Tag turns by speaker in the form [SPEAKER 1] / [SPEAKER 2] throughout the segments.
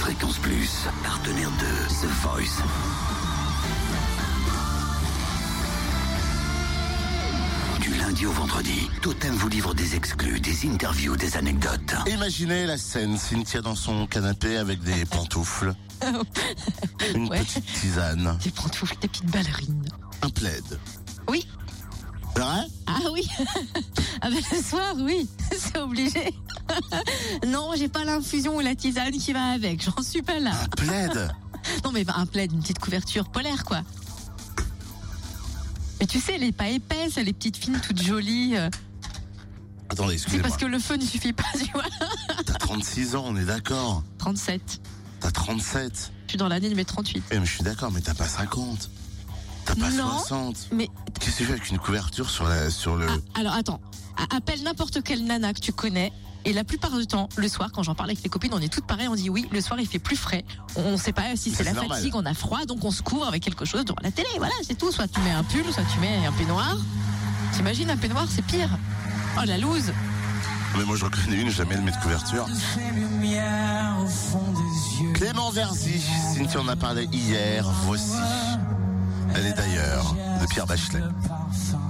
[SPEAKER 1] Fréquence Plus, partenaire de The Voice. Du lundi au vendredi, Totem vous livre des exclus, des interviews, des anecdotes.
[SPEAKER 2] Imaginez la scène, Cynthia dans son canapé avec des pantoufles, une
[SPEAKER 3] Ouais.
[SPEAKER 2] petite tisane,
[SPEAKER 3] Des pantoufles, des petites ballerines.
[SPEAKER 2] un plaid. Hein
[SPEAKER 3] Oui.
[SPEAKER 2] C'est vrai
[SPEAKER 3] Ah oui Ah ben le soir, oui, c'est obligé. non, j'ai pas l'infusion ou la tisane qui va avec, j'en suis pas là.
[SPEAKER 2] Un plaid
[SPEAKER 3] Non mais un plaid, une petite couverture polaire quoi. Mais tu sais, elle est pas épaisse, elle est petite fine, toute jolie. euh,
[SPEAKER 2] Attendez,
[SPEAKER 3] C'est
[SPEAKER 2] excusez-moi,
[SPEAKER 3] parce que le feu ne suffit pas, tu vois.
[SPEAKER 2] t'as 36 ans, on est d'accord.
[SPEAKER 3] 37.
[SPEAKER 2] T'as 37.
[SPEAKER 3] Je suis dans l'année de mes 38.
[SPEAKER 2] Eh, mais je suis d'accord, mais t'as pas 50. T'as pas
[SPEAKER 3] Non.
[SPEAKER 2] 60.
[SPEAKER 3] Mais
[SPEAKER 2] Qu'est-ce que tu fais avec une couverture sur, la, sur le...
[SPEAKER 3] Ah, alors attends, A- appelle n'importe quelle nana que tu connais. Et la plupart du temps, le soir, quand j'en parle avec les copines, on est toutes pareilles, on dit oui, le soir il fait plus frais. On ne sait pas si
[SPEAKER 2] Mais ça,
[SPEAKER 3] c'est la
[SPEAKER 2] c'est normal.
[SPEAKER 3] fatigue, on a froid, donc on se couvre avec quelque chose devant la télé. Voilà, c'est tout. Soit tu mets un pull, soit tu mets un peignoir. T'imagines, un peignoir, c'est pire. Oh la loose.
[SPEAKER 2] Mais moi je reconnais une, jamais elle met de couverture.
[SPEAKER 4] Ces lumières au fond des yeux.
[SPEAKER 2] Clément Verzy, Cynthia en a parlé hier, voici. Elle est d'ailleurs, de Pierre Bachelet.
[SPEAKER 4] Le parfum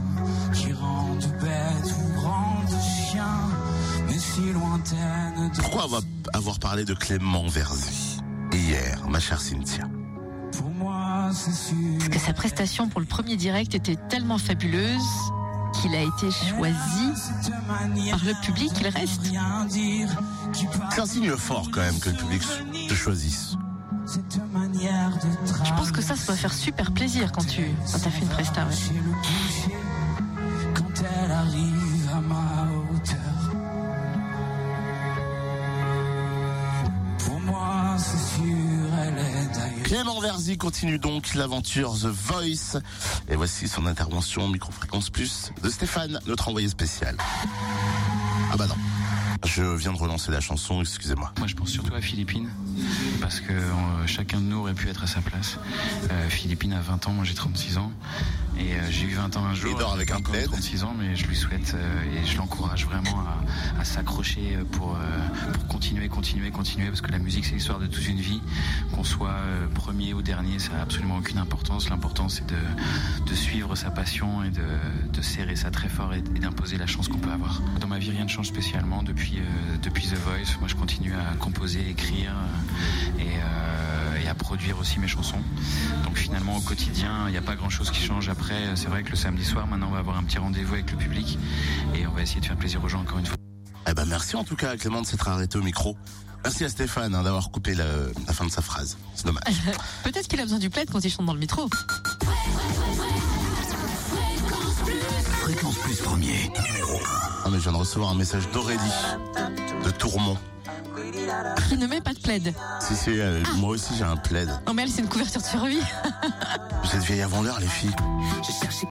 [SPEAKER 4] qui rend de bête ou rend de chien, mais si lointaine de
[SPEAKER 2] Pourquoi avoir- avoir parlé de Clément Verzy hier, ma chère Cynthia
[SPEAKER 4] pour moi, c'est sûr.
[SPEAKER 3] Parce que sa prestation pour le premier direct était tellement fabuleuse qu'il a été choisi.
[SPEAKER 4] Cette manière
[SPEAKER 3] Par le public, il reste.
[SPEAKER 4] de rien dire qui
[SPEAKER 2] C'est un
[SPEAKER 4] parle
[SPEAKER 2] signe fort quand même que le public te choisisse.
[SPEAKER 4] cette manière de
[SPEAKER 3] Je pense que ça, ça doit faire super plaisir quand tu quand t'as fait une presta. ouais.
[SPEAKER 4] traverser le boucher quand elle arrive à ma hauteur. Pour moi, c'est sûr, elle est d'ailleurs.
[SPEAKER 2] Clément Verzy continue donc l'aventure The Voice. Et voici son intervention en microfréquence plus de Stéphane, notre envoyé spécial. Ah bah non. Je viens de relancer la chanson, excusez-moi.
[SPEAKER 5] Moi, je pense surtout à Philippine, parce que euh, chacun de nous aurait pu être à sa place. Euh, Philippine a 20 ans, moi j'ai 36 ans, et euh, j'ai eu 20 ans un jour.
[SPEAKER 2] Il dort avec un
[SPEAKER 5] encore
[SPEAKER 2] plaid.
[SPEAKER 5] 36 ans, mais je lui souhaite euh, et je l'encourage vraiment à, à s'accrocher euh, pour, euh, pour continuer, continuer, continuer, parce que la musique c'est l'histoire de toute une vie. Qu'on soit euh, premier ou dernier, ça n'a absolument aucune importance. L'important c'est de, de suivre sa passion et de, de serrer ça très fort et, et d'imposer la chance qu'on peut avoir. Dans ma vie, rien ne change spécialement depuis, euh, depuis The Voice. Moi je continue à composer, écrire euh, et, euh, et à produire aussi mes chansons. Donc finalement au quotidien, il n'y a pas grand chose qui change. Après, c'est vrai que le samedi soir, maintenant on va avoir un petit rendez-vous avec le public et on va essayer de faire plaisir aux gens encore une fois.
[SPEAKER 2] Eh ben merci en tout cas à Clément de s'être arrêté au micro. Merci à Stéphane hein, d'avoir coupé la, la fin de sa phrase. C'est dommage.
[SPEAKER 3] Peut-être qu'il a besoin du plaid quand il chante dans le métro.
[SPEAKER 1] Fréquence Plus premier, numéro
[SPEAKER 2] Ah mais je viens de recevoir un message d'Aurélie de Tourmont.
[SPEAKER 3] Qui ne met pas de plaid.
[SPEAKER 2] Si c'est euh, moi aussi j'ai un plaid.
[SPEAKER 3] Non mais elle, c'est une couverture de survie.
[SPEAKER 2] Vous êtes vieille avant l'heure les filles.
[SPEAKER 1] 1. Je cherchais